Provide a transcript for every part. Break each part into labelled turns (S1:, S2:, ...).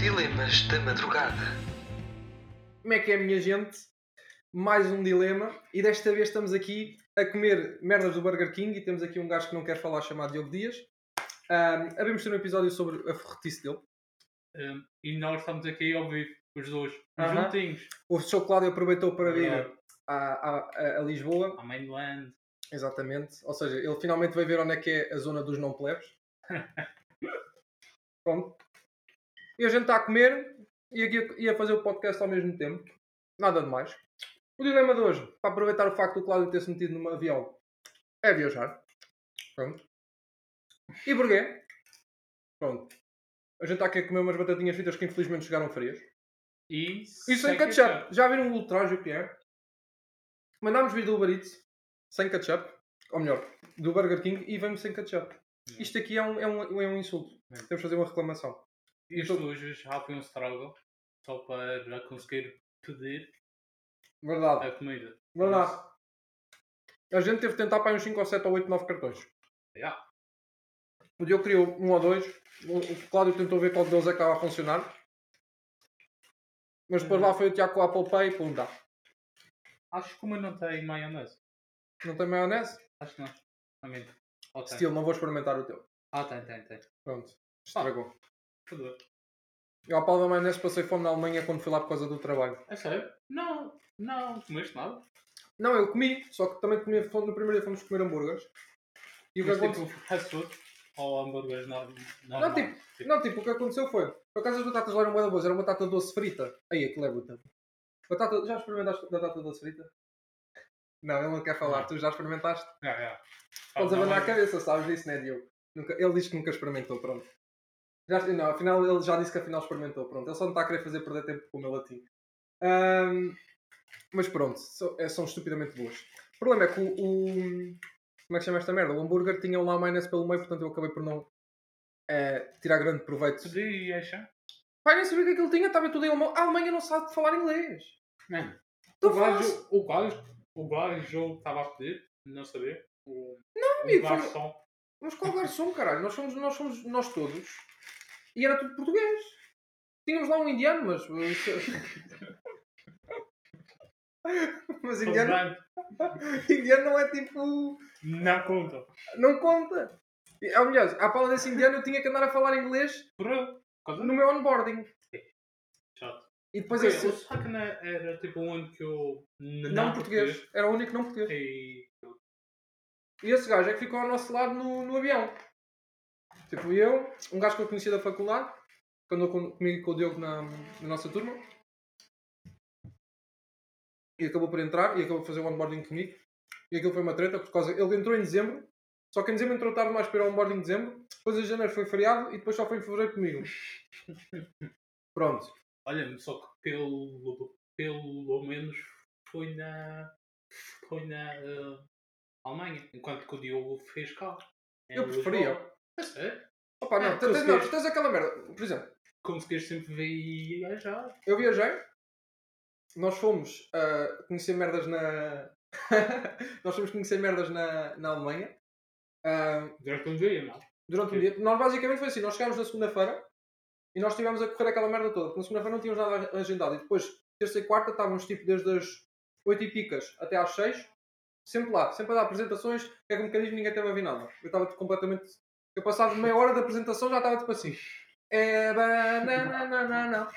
S1: Dilemas da madrugada.
S2: Como é que é, minha gente? Mais um dilema e desta vez estamos aqui a comer merdas do Burger King e temos aqui um gajo que não quer falar chamado Diogo Dias. Ahm, Havemos ter um episódio sobre a ferretice dele.
S3: Um, e nós estamos aqui ao vivo, os dois,
S2: Aham.
S3: juntinhos.
S2: O seu Cláudio aproveitou para vir
S3: Verdade.
S2: a, a- a- a Lisboa,
S3: À mainland.
S2: exatamente. Ou seja, ele finalmente vai ver onde é que é a zona dos não plebes. Pronto. E a gente está a comer e aqui a, e a fazer o podcast ao mesmo tempo. Nada de mais. O dilema de hoje, para aproveitar o facto do Cláudio ter se metido num avião, é viajar. Pronto. E porquê? Pronto. A gente está aqui a comer umas batatinhas fritas que infelizmente chegaram frias.
S3: E
S2: E sem ketchup. Já viram o ultrajo que é? Mandámos vir do Uber Eats sem ketchup. Ou melhor, do Burger King e vem sem ketchup. Isto aqui é um, é um, é um insulto.
S3: Não.
S2: Temos de fazer uma reclamação.
S3: Isto hoje já foi um struggle. Só para conseguir pedir
S2: Verdade.
S3: a comida.
S2: Verdade. A gente teve de tentar para aí uns 5 ou 7 ou 8, 9 cartões.
S3: Yeah.
S2: O Diogo criou um ou dois. O o Cláudio tentou ver qual deles é que estava a funcionar. Mas depois
S3: Uhum.
S2: lá foi o Tiago com o Apple Pay e pum, dá.
S3: Acho que uma não tem maionese.
S2: Não tem maionese?
S3: Acho que não. Amém. Ou tem.
S2: Estilo, não vou experimentar o teu.
S3: Ah, tem, tem, tem.
S2: Pronto. Estragou.
S3: Por favor.
S2: Eu à pala da maionese passei fome na Alemanha quando fui lá por causa do trabalho.
S3: É sério? Não, não. Comeste nada?
S2: Não, eu comi, só que também comi fome no primeiro dia fomos comer hambúrgueres. E o que
S3: Mas
S2: aconteceu?
S3: tipo fast food ou hambúrgueres norm- normal?
S2: Não, tipo, não, tipo, o que aconteceu foi, por acaso as batatas lá eram bué da boas, era uma batata doce frita. Aí aquilo é brutal. Batata, já experimentaste batata doce frita? Não, ele não quer falar,
S3: Não.
S2: tu já experimentaste?
S3: É, é.
S2: Podes
S3: Ah, não,
S2: abanar a
S3: não.
S2: cabeça, sabes disso, não é, Diogo? Nunca, ele diz que nunca experimentou, pronto. Já, não, afinal ele já disse que afinal experimentou, pronto. Ele só não está a querer fazer perder tempo com o meu latim. Ahm, mas pronto, so- é- são estupidamente boas. O problema é que o, o- Como é que chama esta merda? O hambúrguer tinha um lá maionese pelo meio, portanto eu acabei por não eh, tirar grande proveito.
S3: Pedi e é achar?
S2: Pai, nem sabia o que aquilo tinha, estava tudo em alemão. A Alemanha não sabe falar inglês. É.
S3: Não.
S2: Tu
S3: O
S2: faz.
S3: gajo, o gajo, o gajo estava a pedir, não sabia. O, não,
S2: amigo,
S3: O garçom.
S2: Mas qual é garçom, caralho? Nós somos, nós somos nós todos. E era tudo português. Tínhamos lá um indiano, mas. mas
S3: Sou
S2: indiano,
S3: branco.
S2: indiano não é tipo.
S3: Não conta.
S2: Não conta. Ou melhor, à pala desse indiano eu tinha que andar a falar inglês
S3: Por eu. Causa
S2: no meu onboarding.
S3: chato.
S2: E depois
S3: Ok,
S2: esse-
S3: O Sakana era tipo o único que eu. n-
S2: é, Não português. Era o único não português.
S3: E.
S2: E esse gajo é que ficou ao nosso lado no, no avião. Tipo, eu, um gajo que eu conhecia da faculdade, que andou com- comigo e com o Diogo na, na nossa turma. E acabou por entrar e acabou por fazer o onboarding comigo. E aquilo foi uma treta, por causa. Ele entrou em dezembro, só que em dezembro entrou tarde mais para ir ao onboarding de dezembro. Depois em janeiro foi feriado e depois só foi em fevereiro comigo. Pronto.
S3: Olha, só que pelo. Pelo menos foi na. Foi na. eh, Alemanha. Enquanto que o Diogo fez cá. em
S2: Eu
S3: Lisboa.
S2: preferia.
S3: É sério?
S2: Opa, não,
S3: Ah,
S2: tens, não,
S3: conseguiste.
S2: tens aquela merda. Por exemplo.
S3: Conseguiste sempre viajar.
S2: Eu viajei. Nós fomos ah, conhecer merdas na. nós fomos conhecer merdas na, na Alemanha. Ah,
S3: Durante um dia, não?
S2: durante o dia. Nós basicamente foi assim: nós chegámos na segunda-feira e nós estivemos a correr aquela merda toda. porque Na segunda-feira não tínhamos nada agendado. E depois, terça e quarta, estávamos tipo desde as 8 e picas até às 6. Sempre lá, sempre a dar apresentações. É que um bocadinho ninguém estava a ver nada. Eu estava tipo, completamente. Eu passava meia hora da apresentação já estava tipo assim. É banana, não, não, não.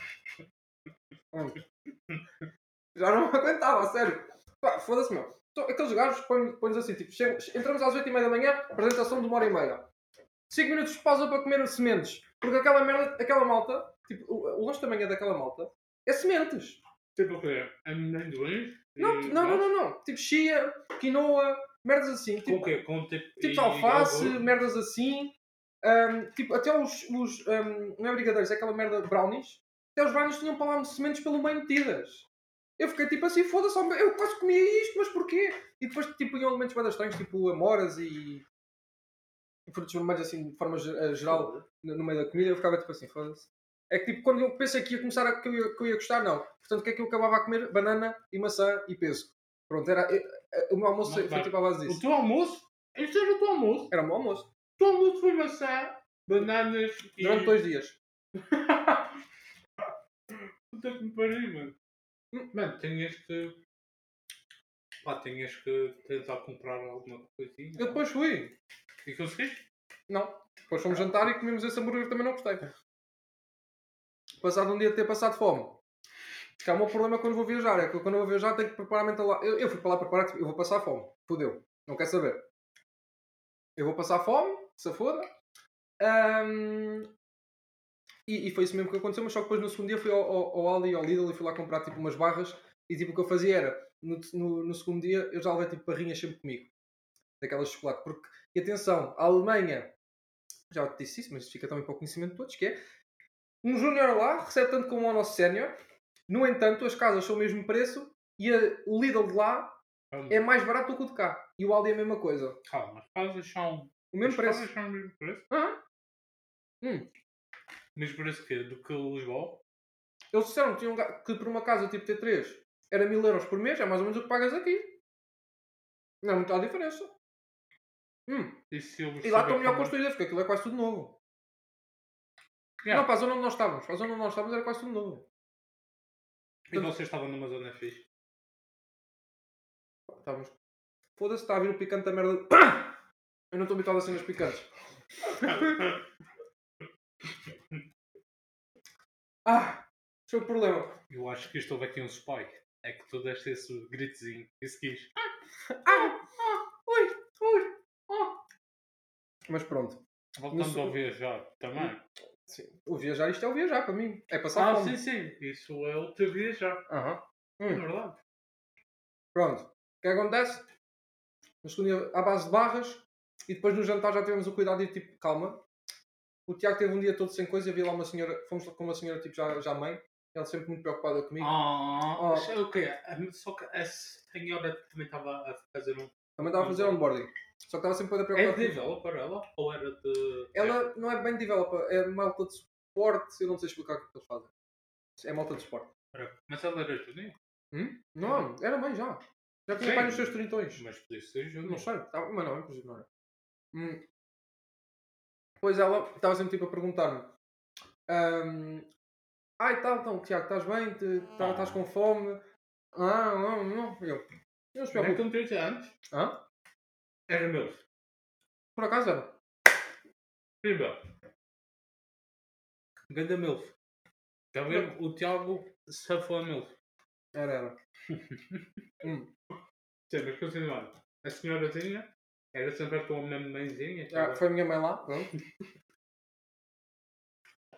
S2: Já não aguentava, a sério. Pá, foda-se, meu. Então, aqueles gajos põem- põem-nos assim, tipo, chegam- entramos às 8h30 da manhã, apresentação de uma hora e meia. 5 minutos de pausa para comer sementes. Porque aquela merda, aquela malta, tipo, o, o lanche da manhã daquela malta é sementes.
S3: Tipo o quê? Amendoins?
S2: Não,
S3: e
S2: não, não,
S3: nozes?
S2: não, não. Tipo, chia, quinoa, merdas assim.
S3: Com o
S2: Tipo,
S3: quê? Com tipo.
S2: tipo
S3: e-
S2: de alface,
S3: iogurte?
S2: merdas assim. Ahm, tipo, até os, os ahm, não é brigadeiros, é aquela merda brownies. Até os brownies tinham para lá sementes pelo meio metidas. Eu fiquei tipo assim, foda-se, ó, eu quase comia isto, mas porquê? E depois tipo em alimentos bem estranhos, tipo amoras e e frutos vermelhos assim, de forma ge- eh, geral, no no meio da comida, eu ficava tipo assim, foda-se. É que tipo, quando eu pensei que ia começar a, que, eu ia, que eu ia gostar, não. Portanto, o que é que eu acabava a comer? Banana e maçã e peso. Pronto, era, eh, eh, o meu almoço
S3: Muito
S2: foi
S3: bem.
S2: tipo à base
S3: O
S2: disso.
S3: teu almoço? Este era o teu almoço?
S2: Era o meu almoço.
S3: O teu almoço foi maçã, bananas e.
S2: Durante dois dias.
S3: Puta que me pariu, mano. Mano, tinhas que. Pá, tinhas que tentar comprar alguma coisinha.
S2: Eu depois fui.
S3: E que eu fiz?
S2: Não. Depois fomos jantar e comemos esse hambúrguer também não gostei. Passado um dia de ter passado fome. Porque há o meu problema quando vou viajar. É que eu, quando eu vou viajar tenho que preparar a mente lá. Eu, eu fui para lá preparar, tipo, eu vou passar fome. Fudeu. Não quer saber. Eu vou passar fome, que se foda. Ahm, e, e foi isso mesmo que aconteceu, mas só que depois no segundo dia fui ao, ao, ao Aldi, ao Lidl e fui lá comprar tipo umas barras. E tipo o que eu fazia era, no, no, no segundo dia eu já levei tipo barrinhas sempre comigo. Daquelas de chocolate. Porque, e atenção, a Alemanha, já te disse isso, mas fica também para o conhecimento de todos, que é um júnior lá recebe tanto como o nosso sénior. No entanto, as casas são o mesmo preço e a- o Lidl de lá é mais barato do que o de cá. E o Aldi é a mesma coisa.
S3: Calma, as casas são.
S2: O mesmo
S3: as
S2: preço.
S3: casas são o mesmo preço?
S2: Aham.
S3: Mesmo preço que Do que Lisboa?
S2: Eles disseram que, tinham ga- que por uma casa tipo T3 era 1000 euros por mês, é mais ou menos o que pagas aqui. Não é muita a diferença. Hum.
S3: E, se eu
S2: E lá
S3: souber
S2: estão melhor
S3: como-
S2: construídas, porque aquilo é quase tudo novo.
S3: Yeah.
S2: Não, para a zona onde nós estávamos. Para a zona onde nós estávamos era quase tudo novo.
S3: E vocês estavam numa zona fixe.
S2: Estávamos. Foda-se, está a vir o picante da merda. Eu não estou habituado a cenas picantes. ah! Esse é o problema.
S3: Eu acho que isto houve aqui um spike. É que tu deste esse gritezinho. Isso quis.
S2: Ah! Ah! Ui! Ui! Ah! Mas pronto.
S3: Voltando
S2: No-
S3: ao viajar também.
S2: Sim. O viajar, isto é o viajar para mim. É passar
S3: Ah,
S2: fome.
S3: sim, sim. Isso é o teu viajar.
S2: Aham.
S3: É
S2: Hum.
S3: verdade.
S2: Pronto. O que acontece? No segundo dia, à base de barras. E depois no jantar já tivemos o cuidado de tipo, calma. O Tiago teve um dia todo sem coisa. Havia lá uma senhora, fomos lá com uma senhora tipo já, já mãe. Ela sempre muito preocupada comigo.
S3: Ah,
S2: Ah.
S3: sei o que é. Só que a senhora também estava a fazer um.
S2: Também estava a fazer onboarding. Só que estava sempre a
S3: É
S2: preocupada
S3: de
S2: comigo.
S3: developer ela? Ou era de.
S2: Ela não é bem developer, é malta de suporte. Eu não sei explicar o que eles fazem. É malta de suporte.
S3: Era- Mas ela era judeu?
S2: Hum? Não, era bem já. Já tinha
S3: Sim.
S2: pai nos seus trintões.
S3: Mas podia ser judeu.
S2: Não sei, tá- mas não, inclusive não era. Hum. Pois ela estava sempre tipo a perguntar-me: hum, Ah, e tal, então, Tiago, estás bem? Te- tá-
S3: Ah.
S2: Estás com fome? Ah, não, não. Eu, eu não se
S3: Não é
S2: preocupe.
S3: com 30 anos?
S2: Hã?
S3: Era meu.
S2: Por acaso era?
S3: Primeiro. Ganda Milf. Está a ver? O Tiago safou a Milf.
S2: Era, era. Hum.
S3: Sim, mas continuando. A senhorazinha era sempre a tua mãezinha.
S2: Já Ah, foi a minha mãe lá, pronto.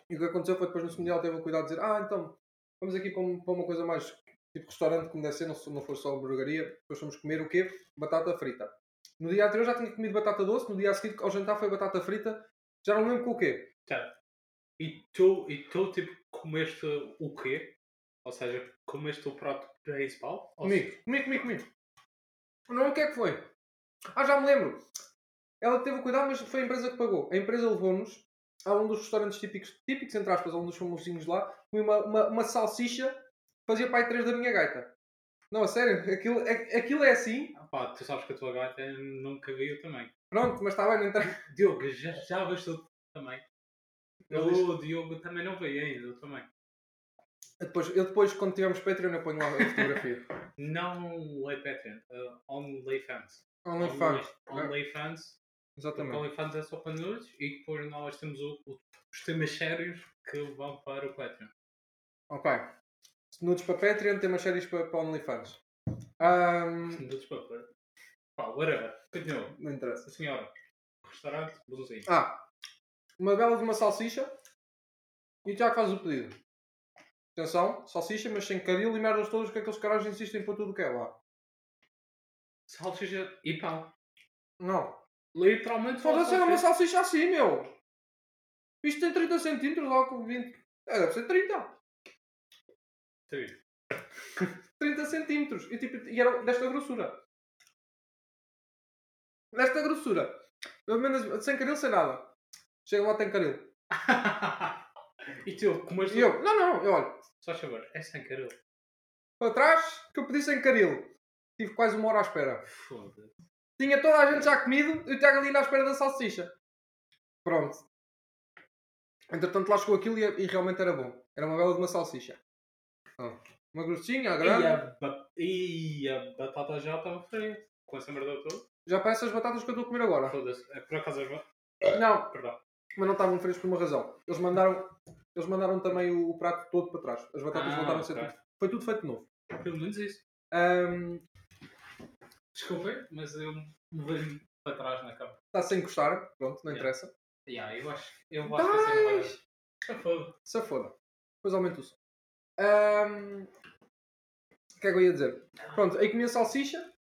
S2: E o que aconteceu foi depois no segundo dia ela teve o cuidado de dizer: Ah, então, vamos aqui para, um- para uma coisa mais tipo restaurante, como deve ser, não, se- não for só hamburgueria. Depois fomos comer o quê? Batata frita. No dia anterior já tinha comido batata doce, no dia a seguir ao jantar foi batata frita, já não lembro com o quê.
S3: Tá. E tu, e tu tipo, comeste o quê? Ou seja, comeste o prato principal? Ou
S2: Comigo, comigo, comigo, comigo. Não, o que é que foi? Ah, já me lembro. Ela teve o cuidado, mas foi a empresa que pagou. A empresa levou-nos a um dos restaurantes típicos, típicos entre aspas, a um dos famosinhos lá, comi uma, uma, uma salsicha, fazia pai três da minha gaita. Não, a sério, aquilo é, aquilo é assim.
S3: Ah, pá, tu sabes que a tua gata nunca viu também.
S2: Pronto, mas está bem, não entra.
S3: Diogo, já, já viste o também.
S2: Eu
S3: O Diogo também não veio ainda, eu também.
S2: Eu depois, eu depois, quando tivermos Patreon, eu ponho lá a fotografia.
S3: Não é Patreon, uh, OnlyFans.
S2: OnlyFans,
S3: OnlyFans. Porque
S2: É, exatamente.
S3: OnlyFans é só para nudes e depois nós temos o- o- os temas sérios que vão para o Patreon.
S2: Ok. Nudes para Patreon, tem umas séries para, para OnlyFans. Ahm,
S3: Nudes para né? Pá, whatever. Continua.
S2: não interessa.
S3: Senhora, restaurante, assim. bonzinho.
S2: Ah, uma bela de uma salsicha e o Tiago faz o pedido. Atenção, salsicha, mas sem caril e merdas todas que aqueles caras insistem para tudo o que é lá.
S3: Salsicha é- e pão.
S2: Não.
S3: Literalmente só
S2: Foda-se, era uma
S3: salsicha.
S2: salsicha assim, meu. Isto tem 30 centímetros, lá com 20. É, deve ser 30.
S3: Sim.
S2: 30 centímetros. E, tipo, e era desta grossura. Desta grossura. Pelo menos sem caril, sem nada. Chega lá, tem caril.
S3: E tu, como
S2: E eu, não, não, eu olho.
S3: Só chavar, é sem caril.
S2: para trás que eu pedi sem caril. Tive quase uma hora à espera.
S3: Foda-se.
S2: Tinha toda a gente já comido e o Tiago ali na espera da salsicha. Pronto. Entretanto lá chegou aquilo e, e realmente era bom. Era uma bela de uma salsicha. Ah, Uma grossinha, à
S3: E
S2: grande.
S3: a, ba- e a batata já estava feia. Com essa merda toda.
S2: Já parece as batatas que eu estou a comer agora.
S3: Foda-se. É, Por acaso, as ba-
S2: Não,
S3: perdão.
S2: mas não estavam frescos por uma razão. Eles mandaram, eles mandaram também o, o prato todo para trás. As batatas
S3: Ah,
S2: voltaram a ser
S3: ok.
S2: tudo. Foi tudo feito de novo.
S3: Pelo menos isso.
S2: Ahm,
S3: Desculpem, mas eu me vejo para trás na cama.
S2: está tá sem gostar, pronto, não
S3: Yeah.
S2: interessa.
S3: Yeah, eu acho, eu acho que essa é não vai.
S2: Dais!
S3: Ah, foda-se.
S2: Se foda. Depois aumento o som. Ahm, O que é que eu ia dizer? Pronto, aí comi a salsicha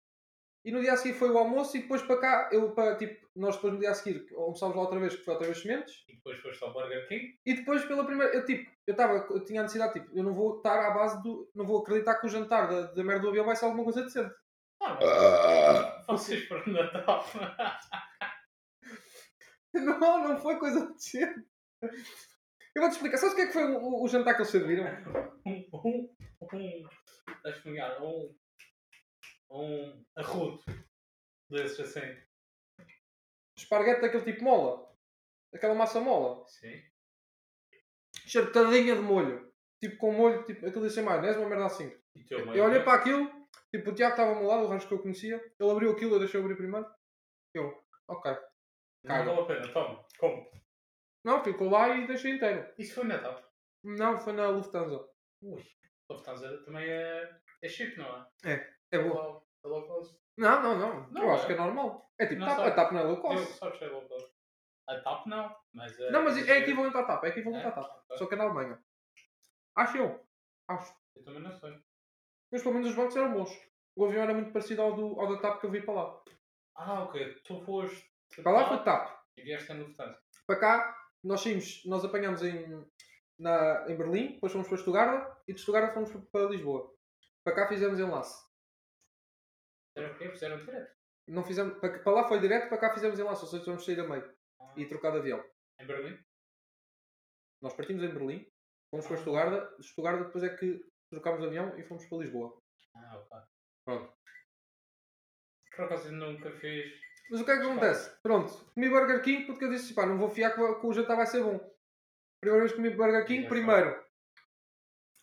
S2: e no dia a seguir foi o almoço e depois para cá, eu para tipo, nós depois no dia a seguir almoçámos lá outra vez, que foi outra vez sementes.
S3: E depois foste ao Burger King.
S2: E depois, pela primeira. Eu, tipo, eu, tava, eu tinha a necessidade, tipo, eu não vou estar à base do. Não vou acreditar que o jantar da, da merda do avião vai ser alguma coisa decente.
S3: Ah, mas vocês para o Natal.
S2: Não, não foi coisa decente. Eu vou-te explicar. Sabes o que é que foi o, o- o jantar que eles serviram?
S3: um, um, um, acho que me engano, um, um arrudo desses assim.
S2: Esparguete daquele tipo mola. Aquela massa mola.
S3: Sim.
S2: Chartadinha de molho. Tipo com molho, tipo, aquilo assim, maionese, uma merda assim.
S3: E teu né?
S2: Eu olhei para aquilo, tipo, o Tiago estava ao meu lado, o resto que eu conhecia. Ele abriu aquilo, eu deixei abrir primeiro. Eu, ok.
S3: Não vale a pena, toma, como?
S2: Não, ficou lá e deixei inteiro.
S3: Isso foi Natal.
S2: Não, foi na Lufthansa.
S3: Ui, o Lufthansa também é, é chip, não é?
S2: É
S3: É
S2: boa.
S3: low é low cost.
S2: Não, não, não.
S3: Não,
S2: eu
S3: não
S2: acho
S3: é.
S2: que é normal. É tipo
S3: Não
S2: TAP,
S3: sabe.
S2: a TAP não é low
S3: Eu
S2: cost.
S3: sabes que é low cost. A TAP não, mas... eh,
S2: Não, mas é
S3: eu-
S2: equivalente à TAP, é equivalente à
S3: É,
S2: TAP.
S3: ok.
S2: Só que é na Alemanha. Acho eu. Acho.
S3: Eu também não sei.
S2: Mas pelo menos os bancos eram bons. O avião era muito parecido ao, do, ao da TAP que eu vi para lá.
S3: Ah, ok, tu foste...
S2: Para
S3: Ah.
S2: lá foi TAP.
S3: E vieste a Lufthansa.
S2: Para cá, nós saímos, nós apanhámos em, na, em Berlim, depois fomos para Estugarda e de Estugarda fomos para Lisboa. Para cá fizemos enlace.
S3: Fizeram o quê? Fizeram direto.
S2: Não fizemos, para, para lá foi direto, para cá fizemos enlace, ou seja, vamos sair a meio
S3: Ah,
S2: e trocar de avião.
S3: Em Berlim?
S2: Nós partimos em Berlim, fomos para Estugarda, de Estugarda depois é que trocámos de avião e fomos para Lisboa.
S3: Ah, ok.
S2: Pronto.
S3: Por acaso eu nunca fiz...
S2: Mas o que é que acontece? Pronto, comi Burger King porque eu disse, pá, não vou fiar que, o- que o jantar vai ser bom. Primeira vez que comi Burger King,
S3: Já
S2: primeiro.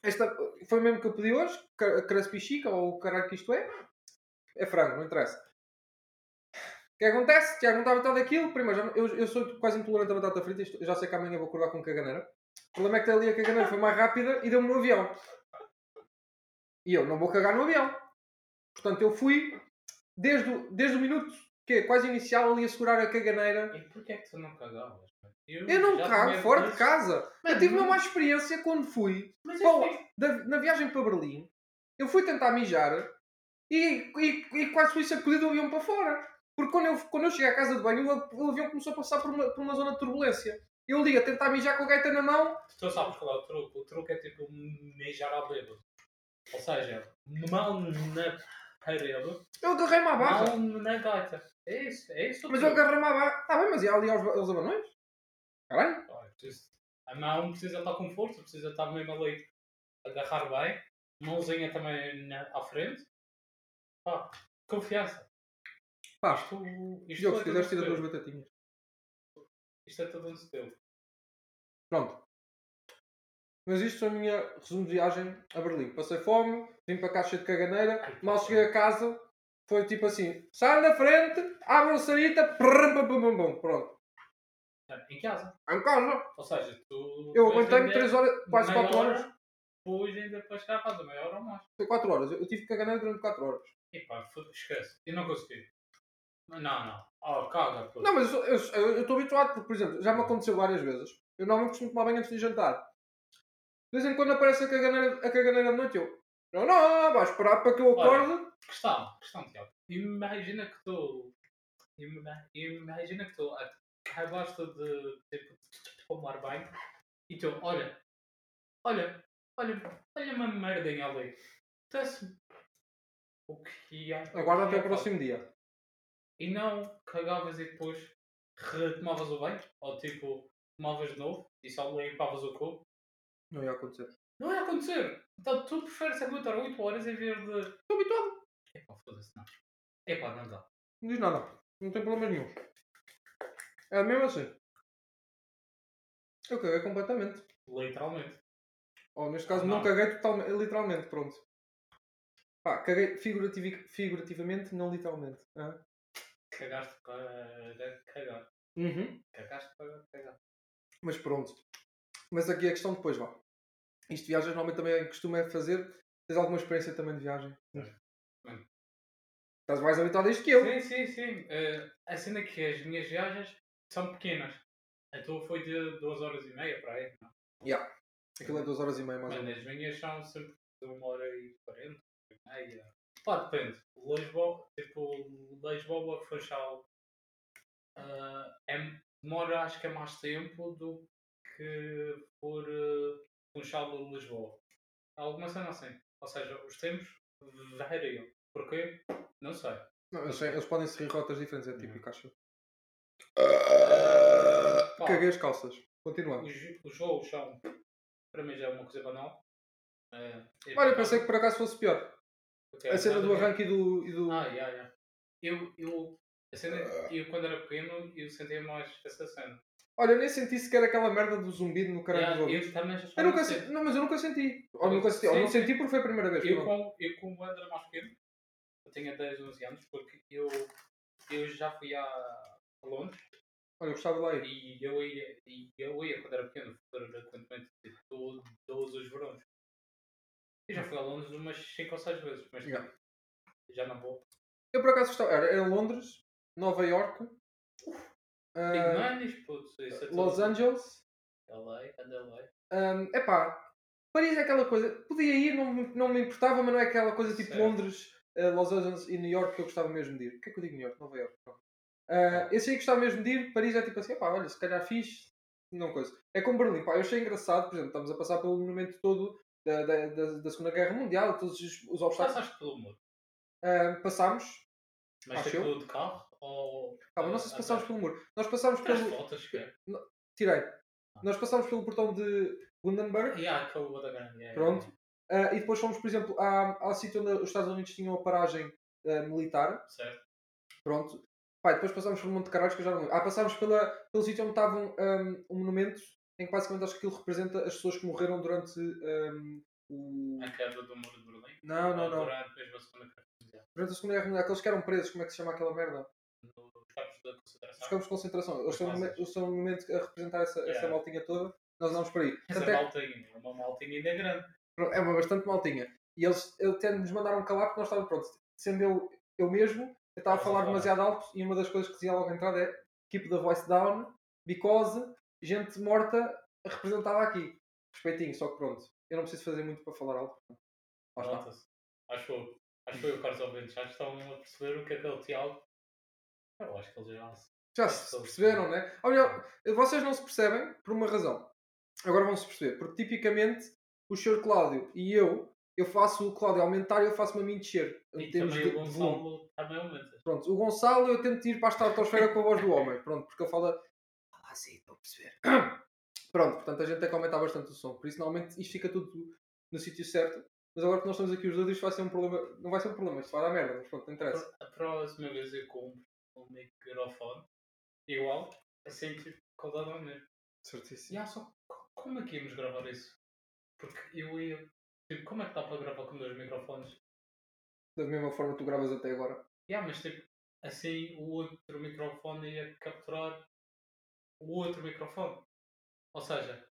S2: Esta foi mesmo que eu pedi hoje, ca- crispy chica ou o caralho que isto é. É frango, não interessa. O que acontece? Tiago não estava tal daquilo. Primeiro, já não- eu, eu sou quase intolerante à batata frita. isto- eu já sei que amanhã vou acordar com caganeira. O problema é que ali a caganeira foi mais rápida e deu-me no avião. E eu não vou cagar no avião. Portanto, eu fui desde o, desde o minuto que é quase inicial ali a segurar a caganeira.
S3: E porquê é que tu não cagavas? mano?
S2: Eu não
S3: já
S2: cago
S3: tinha
S2: fora de
S3: visto-
S2: casa. Eu
S3: Mano,
S2: tive uma
S3: não-
S2: má experiência quando fui.
S3: Mas
S2: Bom,
S3: eu fiz.
S2: da- na viagem para Berlim, eu fui tentar mijar e, e- e quase fui sacudido o avião para fora. Porque quando eu, quando eu cheguei à casa de banho, o, av- o avião começou a passar por uma, por uma zona de turbulência. Eu ali a tentar mijar com a gaita na mão.
S3: Tu sabes qual é o truque? O truque é tipo mijar à bêbado. Ou seja, mal na parede,
S2: Eu agarrei-me à barra.
S3: mal na gaita. É isso, é isso. o
S2: Ah, Mas eu
S3: truque.
S2: agarrei-me à barra. Está bem, mas ia ali aos, aos abanões? Tá Caralho.
S3: Olha, preciso- A mão precisa estar com força, precisa estar mesmo ali. Agarrar bem. Mãozinha também na, à frente. Pá, confiança.
S2: Pá,
S3: Isto, isto,
S2: Diogo,
S3: é
S2: se
S3: tudo um
S2: quiseres tirar duas
S3: skill.
S2: batatinhas.
S3: Isto é todo um skill.
S2: Pronto. Mas isto foi a minha resumo de viagem a Berlim. Passei fome, vim para cá cheio de caganeira, mal cheguei a casa, foi tipo assim, sai da frente, abre a sarita, prrr, pam, pam, pam, pam. pronto.
S3: É, Em casa.
S2: Em casa,
S3: Ou seja, tu.
S2: eu
S3: tu és
S2: aguentei-me
S3: ainda
S2: 3 horas, quase
S3: meia
S2: 4 horas,
S3: hora, Depois ainda para chegar a casa, meia hora ou mais.
S2: foi 4 horas, eu tive caganeira durante 4 horas.
S3: E pá, foda- esquece. Eu não consegui. Não, não. Oh, caga, pô.
S2: Não, mas eu estou eu, eu estou habituado, porque, por exemplo, já me aconteceu várias vezes, eu normalmente costumo tomar banho antes de jantar. De vez em quando aparece a caganeira, a caganeira de noite, eu, não, não, vai esperar para que eu
S3: Olha.
S2: acorde.
S3: Questão, questão, Tiago. Imagina que tu. ima- Imagina que tu acabaste de tipo, de tomar banho e tu, olha, olha, olha, olha uma merdinha ali. Desce. O que é?
S2: Aguarda até o próximo dia.
S3: E não cagavas e depois retomavas o banho? Ou tipo, tomavas de novo e só limpavas o corpo?
S2: Não ia acontecer.
S3: Não ia acontecer. Então tu preferes aguentar 8 horas em vez de.
S2: Estou habituado.
S3: Epá, foda-se, não. Epá, não dá.
S2: Não diz nada. Não tem problemas nenhum. É mesmo assim. Eu caguei completamente.
S3: Literalmente.
S2: Ou neste caso,
S3: Não.
S2: não caguei totalmente, literalmente, pronto. Pá, caguei figurativi- figurativamente, não literalmente. Hã?
S3: Cagaste para cagar. Cagaste para cagar.
S2: Mas pronto. Mas aqui a questão depois vá. Isto de viagens normalmente também costuma fazer. Tens alguma experiência também de viagem?
S3: Hum.
S2: Estás mais habituado a isto que eu.
S3: Sim, sim, sim. Eh, a cena é que as minhas viagens são pequenas. A tua foi de duas horas e meia para aí. Não?
S2: Yeah. Aquilo é 2 horas e meia mais ou
S3: Mano,
S2: menos.
S3: as minhas são sempre de uma hora e quarenta, meia. Pá, depende. Lisboa, tipo, Lisboa, Funchal, ah, é- demora acho que é mais tempo do que por ah, Funchal a Lisboa. Alguma cena assim. Ou seja, os tempos variam. Porquê? Não sei.
S2: Não, eles, eles podem seguir rotas diferentes, é
S3: Uhum.
S2: típico, acho. Ah,
S3: Pá,
S2: Caguei as calças. Continua.
S3: os, os voos são, para mim já é uma coisa banal. Ah, e-
S2: Olha, pensei que por acaso fosse pior.
S3: Ok,
S2: a cena
S3: nada
S2: do
S3: mesmo.
S2: arranque e do. E do...
S3: É, Ah, yeah, yeah. Eu, eu, a cena, é
S2: Ah.
S3: eu quando era pequeno, eu sentia mais essa cena.
S2: Olha, eu nem senti sequer aquela merda do zumbido no caralho
S3: Yeah,
S2: dos ouvidos.
S3: eu também já
S2: Eu nunca
S3: sei.
S2: senti. Não, mas eu nunca senti. Ou nunca senti. Ou
S3: Sim,
S2: não
S3: sim.
S2: senti porque foi a primeira vez.
S3: Eu
S2: pronto.
S3: com, eu como era mais pequeno, eu tinha 10, 11 anos, porque eu, eu já fui a a Londres
S2: Olha, eu gostava de lá ir.
S3: e eu ia, e eu ia quando era pequeno, frequentemente, tipo, to- todos os verões. Eu já fui a Londres umas 5 ou 6 vezes, mas
S2: Yeah.
S3: já não vou.
S2: Eu por acaso gostava. Era em Londres, Nova York,
S3: Uh,
S2: ah,
S3: Manis, putz, isso é tudo.
S2: Los Angeles.
S3: LA, anda LA.
S2: Hum, epá, Paris é aquela coisa. Podia ir, não, me- não me importava, mas não é aquela coisa tipo
S3: Certo.
S2: Londres, eh, Los Angeles e New York que eu gostava mesmo de ir. O que é que eu digo New York? Nova York. pronto. Ah, esse aí que gostava mesmo de ir, Paris é tipo assim, epá, olha, se calhar fiz. Não coisa. É como Berlim, pá, eu achei engraçado, por exemplo, estamos a passar pelo momento todo da, da, da, da Segunda Guerra Mundial, todos os, os obstáculos.
S3: Passaste pelo muro.
S2: Ah, passámos,
S3: Mas
S2: Acho
S3: tipo de carro ou.
S2: calma, não sei se
S3: Ah,
S2: passámos
S3: tá.
S2: pelo muro. Nós passámos
S3: Três
S2: pelo.
S3: voltas, cara.
S2: Tirei.
S3: Ah.
S2: Nós passámos pelo portão de Bundenberg.
S3: Yeah, aquele da grande. yeah,
S2: Pronto.
S3: yeah,
S2: Ah, e depois fomos, por exemplo, à- ao sítio onde os Estados Unidos tinham a paragem ah, militar.
S3: yeah. Certo.
S2: Pronto. Pá, e depois passámos por um monte de caralhos que eu já não lembro. Ah, passámos pela, pelo sítio onde estava um, um, um monumento em que basicamente acho que aquilo representa as pessoas que morreram durante um, o...
S3: A queda do muro de Berlim.
S2: Não, não, não.
S3: Durante mesmo a segunda guerra mundial.
S2: Durante a Segunda Guerra Mundial. Aqueles que eram presos, como é que se chama aquela merda?
S3: Os campos da
S2: Os
S3: concentração.
S2: campos de concentração. Eles são, um monumen- eles são um monumento a representar essa, essa
S3: Yeah.
S2: maltinha toda. Nós vamos para aí.
S3: Essa
S2: Portanto, é-
S3: maltinha, uma maltinha ainda grande.
S2: Pronto, é uma bastante maltinha. E eles eles até nos mandaram um calar porque nós estávamos pronto. Sendo eu, eu mesmo, eu estava a
S3: Estavas a
S2: falar
S3: falar.
S2: demasiado alto e uma das coisas que dizia logo à entrada é keep the voice down, because gente morta representada aqui. Respeitinho, só que pronto. Eu não preciso fazer muito para falar alto. Lá está.
S3: Nota-se. Acho eu. Acho eu, caros ouvintes. Acho que estão a perceber o que é que é o Tiago. Eu acho que eles já.
S2: Já se perceberam, né? Olha, vocês não se percebem por uma razão. Agora vão se perceber. Porque tipicamente o Sr. Cláudio e eu, eu faço o Cláudio aumentar e eu faço-me a mim descer. Em
S3: E
S2: termos
S3: também
S2: de,
S3: o
S2: de volume.
S3: Gonçalo também aumenta.
S2: Pronto, o Gonçalo eu tento ir para a estratosfera com a voz do homem, pronto, porque ele fala. Fala assim, estou a perceber. Pronto, portanto a gente tem que aumentar bastante o som, por isso normalmente isto fica tudo no sítio certo. Mas agora que nós estamos aqui os dois, isto vai ser um problema. Não vai ser um problema, isto vai dar merda, mas pronto, não interessa.
S3: A próxima vez eu compro um microfone igual, assim, tipo, qualidade ao mesmo.
S2: Certíssimo.
S3: Yeah, só co- como é que íamos gravar isso? Porque eu ia. Tipo, como é que dá para gravar com dois microfones?
S2: Da mesma forma que tu gravas até agora.
S3: Yeah, mas tipo, assim o outro microfone ia capturar o outro microfone. Ou seja,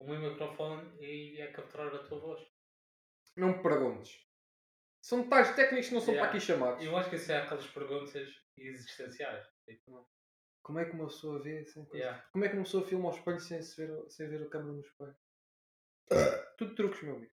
S3: o meu microfone ia capturar a tua voz.
S2: Não me perguntes. São detalhes técnicos que não são
S3: Yeah.
S2: para aqui chamados.
S3: Eu acho que isso é aquelas perguntas existenciais. Tipo,
S2: Como é que uma pessoa vê sem coisa?
S3: yeah.
S2: Como é que uma pessoa filma ao espelho sem, se ver, sem ver a câmera no espelho? Tudo truques, meu amigo.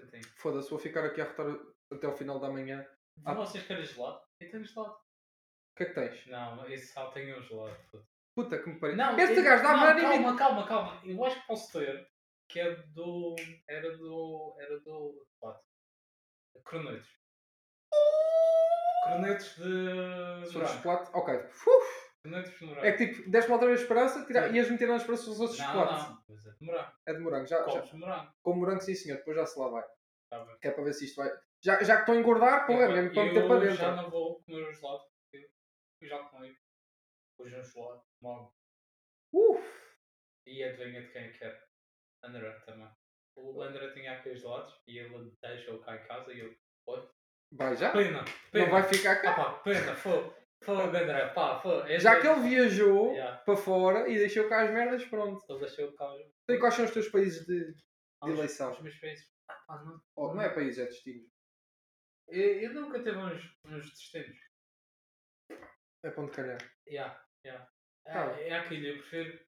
S3: Então,
S2: Foda-se, vou ficar aqui a retar até ao final da manhã. Ah.
S3: Vocês querem gelado? Eu tenho gelado.
S2: O que é que tens?
S3: Não, esse sal tem um gelado. puto.
S2: Puta que me pariu.
S3: Não,
S2: este
S3: eu-
S2: gajo dá
S3: não,
S2: me anime.
S3: Calma, calma, calma. Eu acho que posso ter. Que é do. Era do. Era do. What? Cronetos. Cronetos de.
S2: Sobre
S3: Morango.
S2: chocolate. Ok. Uf,
S3: Cronetos de morango.
S2: é que tipo, deste-me outra vez esperança tira...
S3: Sim.
S2: ias meter nas esperanças os outros
S3: não,
S2: chocolates.
S3: não, mas é de morango.
S2: É de morango. Já, já.
S3: Copos de morango.
S2: Com morango, sim senhor. Depois já se lá vai.
S3: Tá bem.
S2: Que é para ver se isto vai. Já, já que estou a engordar, porra, é mesmo para meter
S3: eu
S2: para
S3: já
S2: dentro.
S3: não vou comer o gelado. porque Eu já comi. Hoje um gelado. Logo.
S2: Uf.
S3: E adivinha de quem é que é? André também. o André tinha aqueles lotes e ele deixa-o cá em casa e eu.
S2: Vai já?
S3: Pena, pena.
S2: Não vai ficar
S3: Ah,
S2: cá.
S3: pá, pena, fogo. Fogo, André, pá, fogo. é Este-
S2: Já que ele viajou
S3: Yeah,
S2: para fora e deixou cá as merdas, pronto.
S3: ele deixou cá os-
S2: E quais são os teus países de.
S3: os-
S2: eleição.
S3: Os meus países. Ah, pá, não.
S2: Oh, não é países, é destinos.
S3: Eu, eu nunca teve uns, uns destinos.
S2: É ponto de calhar.
S3: Yeah, yeah.
S2: Tá
S3: É, é aquilo, eu prefiro.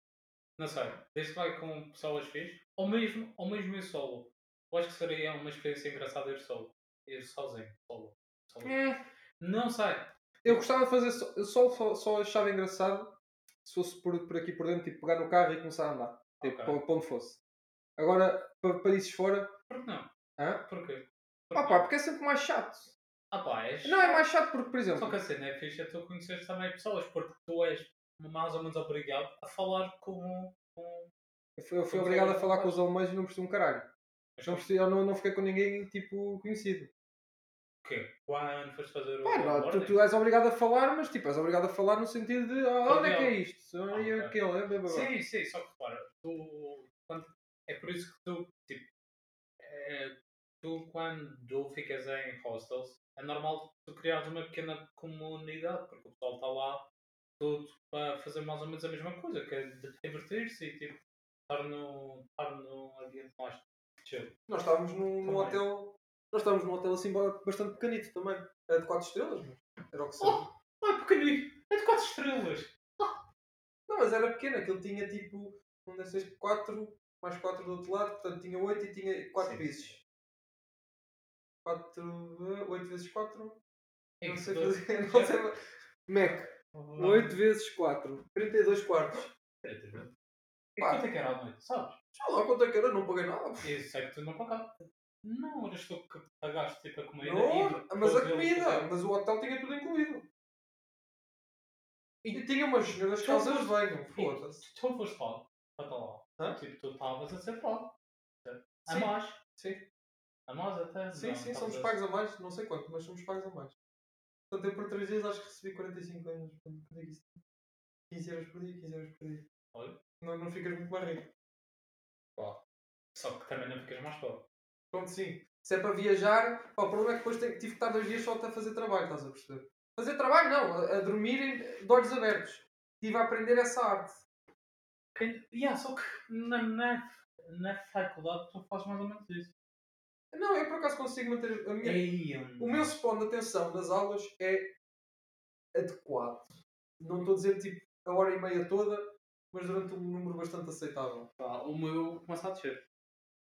S3: Não sei, desde que vai com pessoas fixe, ou mesmo, ou mesmo eu solo. Eu acho que seria uma experiência engraçada ir solo. Ir sozinho, solo. solo.
S2: É.
S3: Não sei.
S2: Eu gostava de fazer. Só, eu só, só, só achava engraçado se fosse por, por aqui por dentro, tipo pegar no carro e começar a andar. Tipo,
S3: Ok.
S2: para para onde fosse. Agora, para países fora.
S3: Por que não?
S2: Hã?
S3: Porquê?
S2: Ah
S3: Porquê?
S2: pá, porque é sempre mais chato.
S3: Ah pá, és...
S2: Não, é mais chato porque, por exemplo.
S3: Só que a cena é fixe é tu conheceres também pessoas, porque tu és mais ou menos obrigado a falar com... um, com...
S2: Eu fui, eu fui obrigado a falar com os alemães e não percebi um caralho. Não percebi, eu não, não fiquei com ninguém tipo conhecido.
S3: O quê? Quando foste fazer o...
S2: Pá, não, tu,
S3: onboarding?
S2: tu és obrigado a falar, mas tipo, és obrigado a falar no sentido de "Ah, onde é que é isto? Ah, E
S3: ok.
S2: aquilo, é blá, blá, blá."
S3: Sim, sim, só que repara, tu. Quando, é por isso que tu, tipo. é, tu, quando ficas em hostels, é normal tu criares uma pequena comunidade, porque o pessoal está lá tudo para fazer mais ou menos a mesma coisa, que é de divertir-se e, tipo, estar no, estar no ambiente mais chill.
S2: Nós estávamos num, num
S3: Também.
S2: hotel. Nós estávamos num hotel assim ba- bastante pequenito também. Era de 4 estrelas, mas era o que seja.
S3: Oh, oh, é pequenino! É de 4 estrelas!
S2: Não, mas era pequeno, aquilo tinha tipo um desses 4 mais 4 do outro lado, portanto tinha 8 e tinha 4
S3: Sim.
S2: pisos. 4, 8 eh, vezes 4,
S3: É
S2: não
S3: que
S2: sei é
S3: tu-
S2: fazer, não sei. Mac, 8 vezes 4, 32 quartos.
S3: E
S2: Pá.
S3: quanto é que era à noite, sabes?
S2: Sei lá quanto é que era, não paguei nada. pô.
S3: Isso é que tu não pagaste. Não, eras tu que pagaste tipo a comida.
S2: Não,
S3: e
S2: mas a
S3: depois
S2: comida,
S3: eles-
S2: mas o hotel tinha tudo incluído. E tinha umas senhoras
S3: Tu
S2: calças de
S3: foste-
S2: banho,
S3: Sim.
S2: foda-se.
S3: Tu foste pobre. Para lá.
S2: Hã?
S3: Tipo, tu estavas a ser pobre. A
S2: Sim.
S3: mais.
S2: Sim.
S3: A mais até.
S2: Sim,
S3: não,
S2: sim,
S3: estavas
S2: somos
S3: a-
S2: pagos a mais, não sei quanto, mas somos pagos a mais. Portanto, eu por 3 dias acho que recebi 45 euros. Quanto é que isso dá? 15 euros por dia, 15 euros por dia.
S3: Olha.
S2: Não, não ficas muito mais rico.
S3: Só que também não ficas mais pobre.
S2: Pronto, sim. Se é para viajar, pá, o problema é que depois tenho- tive que estar dois dias só a fazer trabalho, estás a perceber? Fazer trabalho não, a, a dormir em- de olhos abertos. Estive a aprender essa arte.
S3: Quem... Yeah, só que na, na, na faculdade tu fazes mais ou menos isso.
S2: Não, eu por acaso consigo manter a minha
S3: Ei,
S2: O meu spawn de atenção nas aulas é adequado. Não estou a dizer tipo a hora e meia toda, mas durante um número bastante aceitável.
S3: Pá, o meu começa a descer.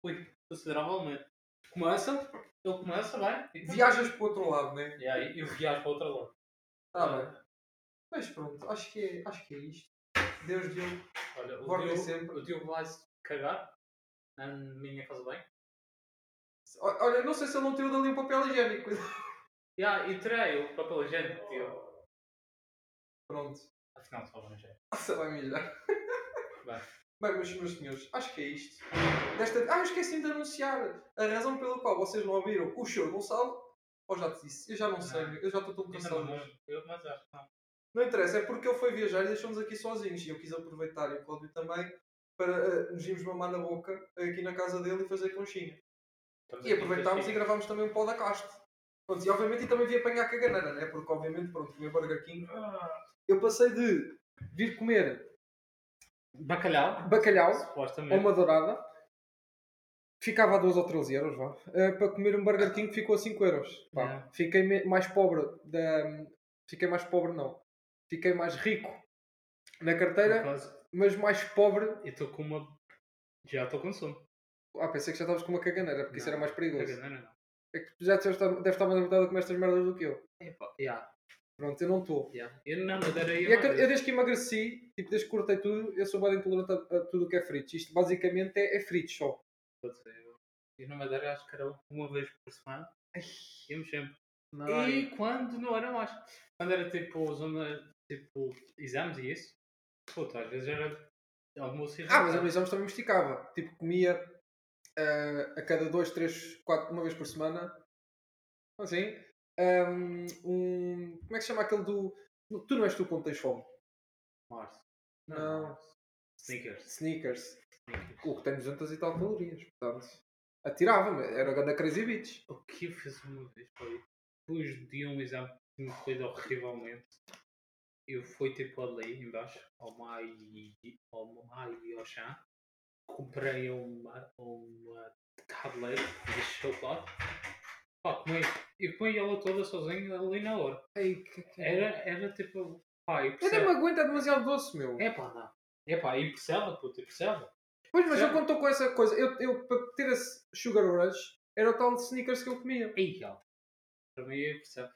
S3: Ui, consideravelmente. Começa, ele começa, vai. e-
S2: Viajas para o outro lado, não é?
S3: Yeah, eu viajo para outra lado.
S2: Está Tá bem. Mas pronto, acho que é, acho que é isto. Deus deu.
S3: Olha, o
S2: Voltem
S3: Diogo,
S2: sempre.
S3: o Diogo vai se cagar na minha casa bem.
S2: O- Olha, não sei se ele não tirou dali o papel higiênico.
S3: Yeah, e terei o papel higiênico, Diogo.
S2: Pronto,
S3: Afinal, só vamos ver.
S2: se vai mijar.
S3: Vai.
S2: Bem, meus, meus senhores, acho que é isto. Desta... Ah, eu esqueci-me de anunciar a razão pela qual vocês não ouviram o show Gonçalo. Ou já te disse, eu já não sei, eu já estou tão
S3: Ainda não
S2: cansado. hoje.
S3: vou. Eu, mas acho que não.
S2: Não interessa, é porque ele foi viajar e deixou-nos aqui sozinhos. E eu quis aproveitar, e o Cláudio também, para eh, nos irmos mamar na boca eh, aqui na casa dele e fazer conchinha.
S3: Estamos
S2: E
S3: aqui
S2: aproveitámos e
S3: para
S2: gravámos também um podcast. Pronto, e obviamente eu também vi apanhar caganeira, né? Porque obviamente, pronto, comer Burger King.
S3: Ah,
S2: Eu passei de vir comer
S3: Bacalhau,
S2: bacalhau
S3: supostamente.
S2: ou uma dourada, ficava a 2 ou 13 euros, vá, eh, para comer um Burger King que ficou a 5 euros. Pá,
S3: Yeah.
S2: Fiquei me- mais pobre, da, fiquei mais pobre não, fiquei mais rico na carteira mas mais pobre.
S3: E estou com uma. Já estou com sono.
S2: Ah, pensei que já estavas com uma caganeira, porque isso
S3: Não,
S2: era mais perigoso.
S3: Não, não, não.
S2: É que tu já disseste, deves estar mais habituado com estas merdas do que eu.
S3: Epá, yeah,
S2: Pronto, eu não estou.
S3: yeah. Eu não me darei
S2: E é que eu desde que emagreci, tipo, desde que cortei tudo, eu sou bem intolerante a, a tudo o que é fritos. Isto basicamente é, é fritos só.
S3: Eu não me darei, acho que era uma vez por semana. Íamos sempre.
S2: Não, é
S3: E quando não era mais. Quando era tipo zona, tipo, exames e isso. Puta, às vezes era almoço e
S2: Ah, mas eu
S3: jantar.
S2: nos exames também me esticava. Tipo, comia ah, a cada dois, três, quatro, uma vez por semana. Assim. Um, um- como é que se chama aquele do. Tu não és tu quando tens fome?
S3: Mars.
S2: Não.
S3: Sneakers.
S2: Sneakers.
S3: Sneakers.
S2: O que tem 200 e tal calorias, portanto. Atirava-me, era o ganda Crazy Bitch.
S3: O que eu fiz uma vez foi, depois de um exame que me corrido horrivelmente, eu fui tipo ali embaixo, ao Mai e ao, Mai e ao Chan, comprei uma, uma tablet de chocolate, pá, comi, eu comi ela toda sozinho ali na hora.
S2: Ei, que, que...
S3: Era, era tipo, pá, eu
S2: Eu nem me
S3: percebo.
S2: aguento, é demasiado doce, meu.
S3: É pá, não. É pá, eu percebo, puto, eu percebo.
S2: Pois, mas eu
S3: Percebe?
S2: quando estou com essa coisa, eu, eu para ter esse Sugar Rush, era o tal de sneakers que eu comia.
S3: Ei, ó. Para mim eu percebo.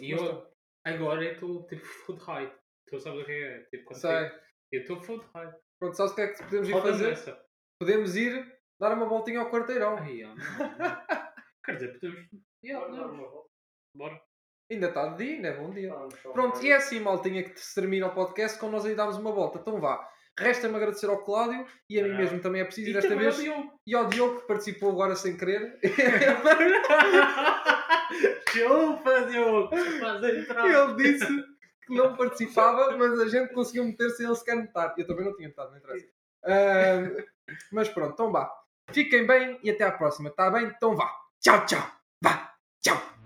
S3: E
S2: Mas
S3: eu, agora eu estou tipo food high. Tu sabes o que é? Tipo, quando
S2: Sei.
S3: tem- Eu estou food high.
S2: Pronto, sabes o que é que podemos ir
S3: Roda
S2: fazer?
S3: nessa.
S2: Podemos ir dar uma voltinha ao quarteirão.
S3: Ai, ó. não, não. Quer dizer, podemos. Yeah, podemos. Bora.
S2: Ainda está de dia, ainda é bom dia. Pronto, e é assim, maltinha, que se termina o podcast quando nós aí damos uma volta. Então vá. Resta-me agradecer ao Cláudio e a mim
S3: Ah.
S2: mesmo também é preciso
S3: E
S2: desta
S3: também
S2: vez.
S3: ao Diogo.
S2: E ao Diogo que participou agora sem querer.
S3: Desculpa, Diogo. Faz a entrada.
S2: ele disse que não participava, mas a gente conseguiu meter sem ele sequer notar. Eu também não tinha notado, não interessa. Ahm, mas pronto, então vá. Fiquem bem e até à próxima, tá bem? Então vá. Tchau, tchau. Vá. Tchau.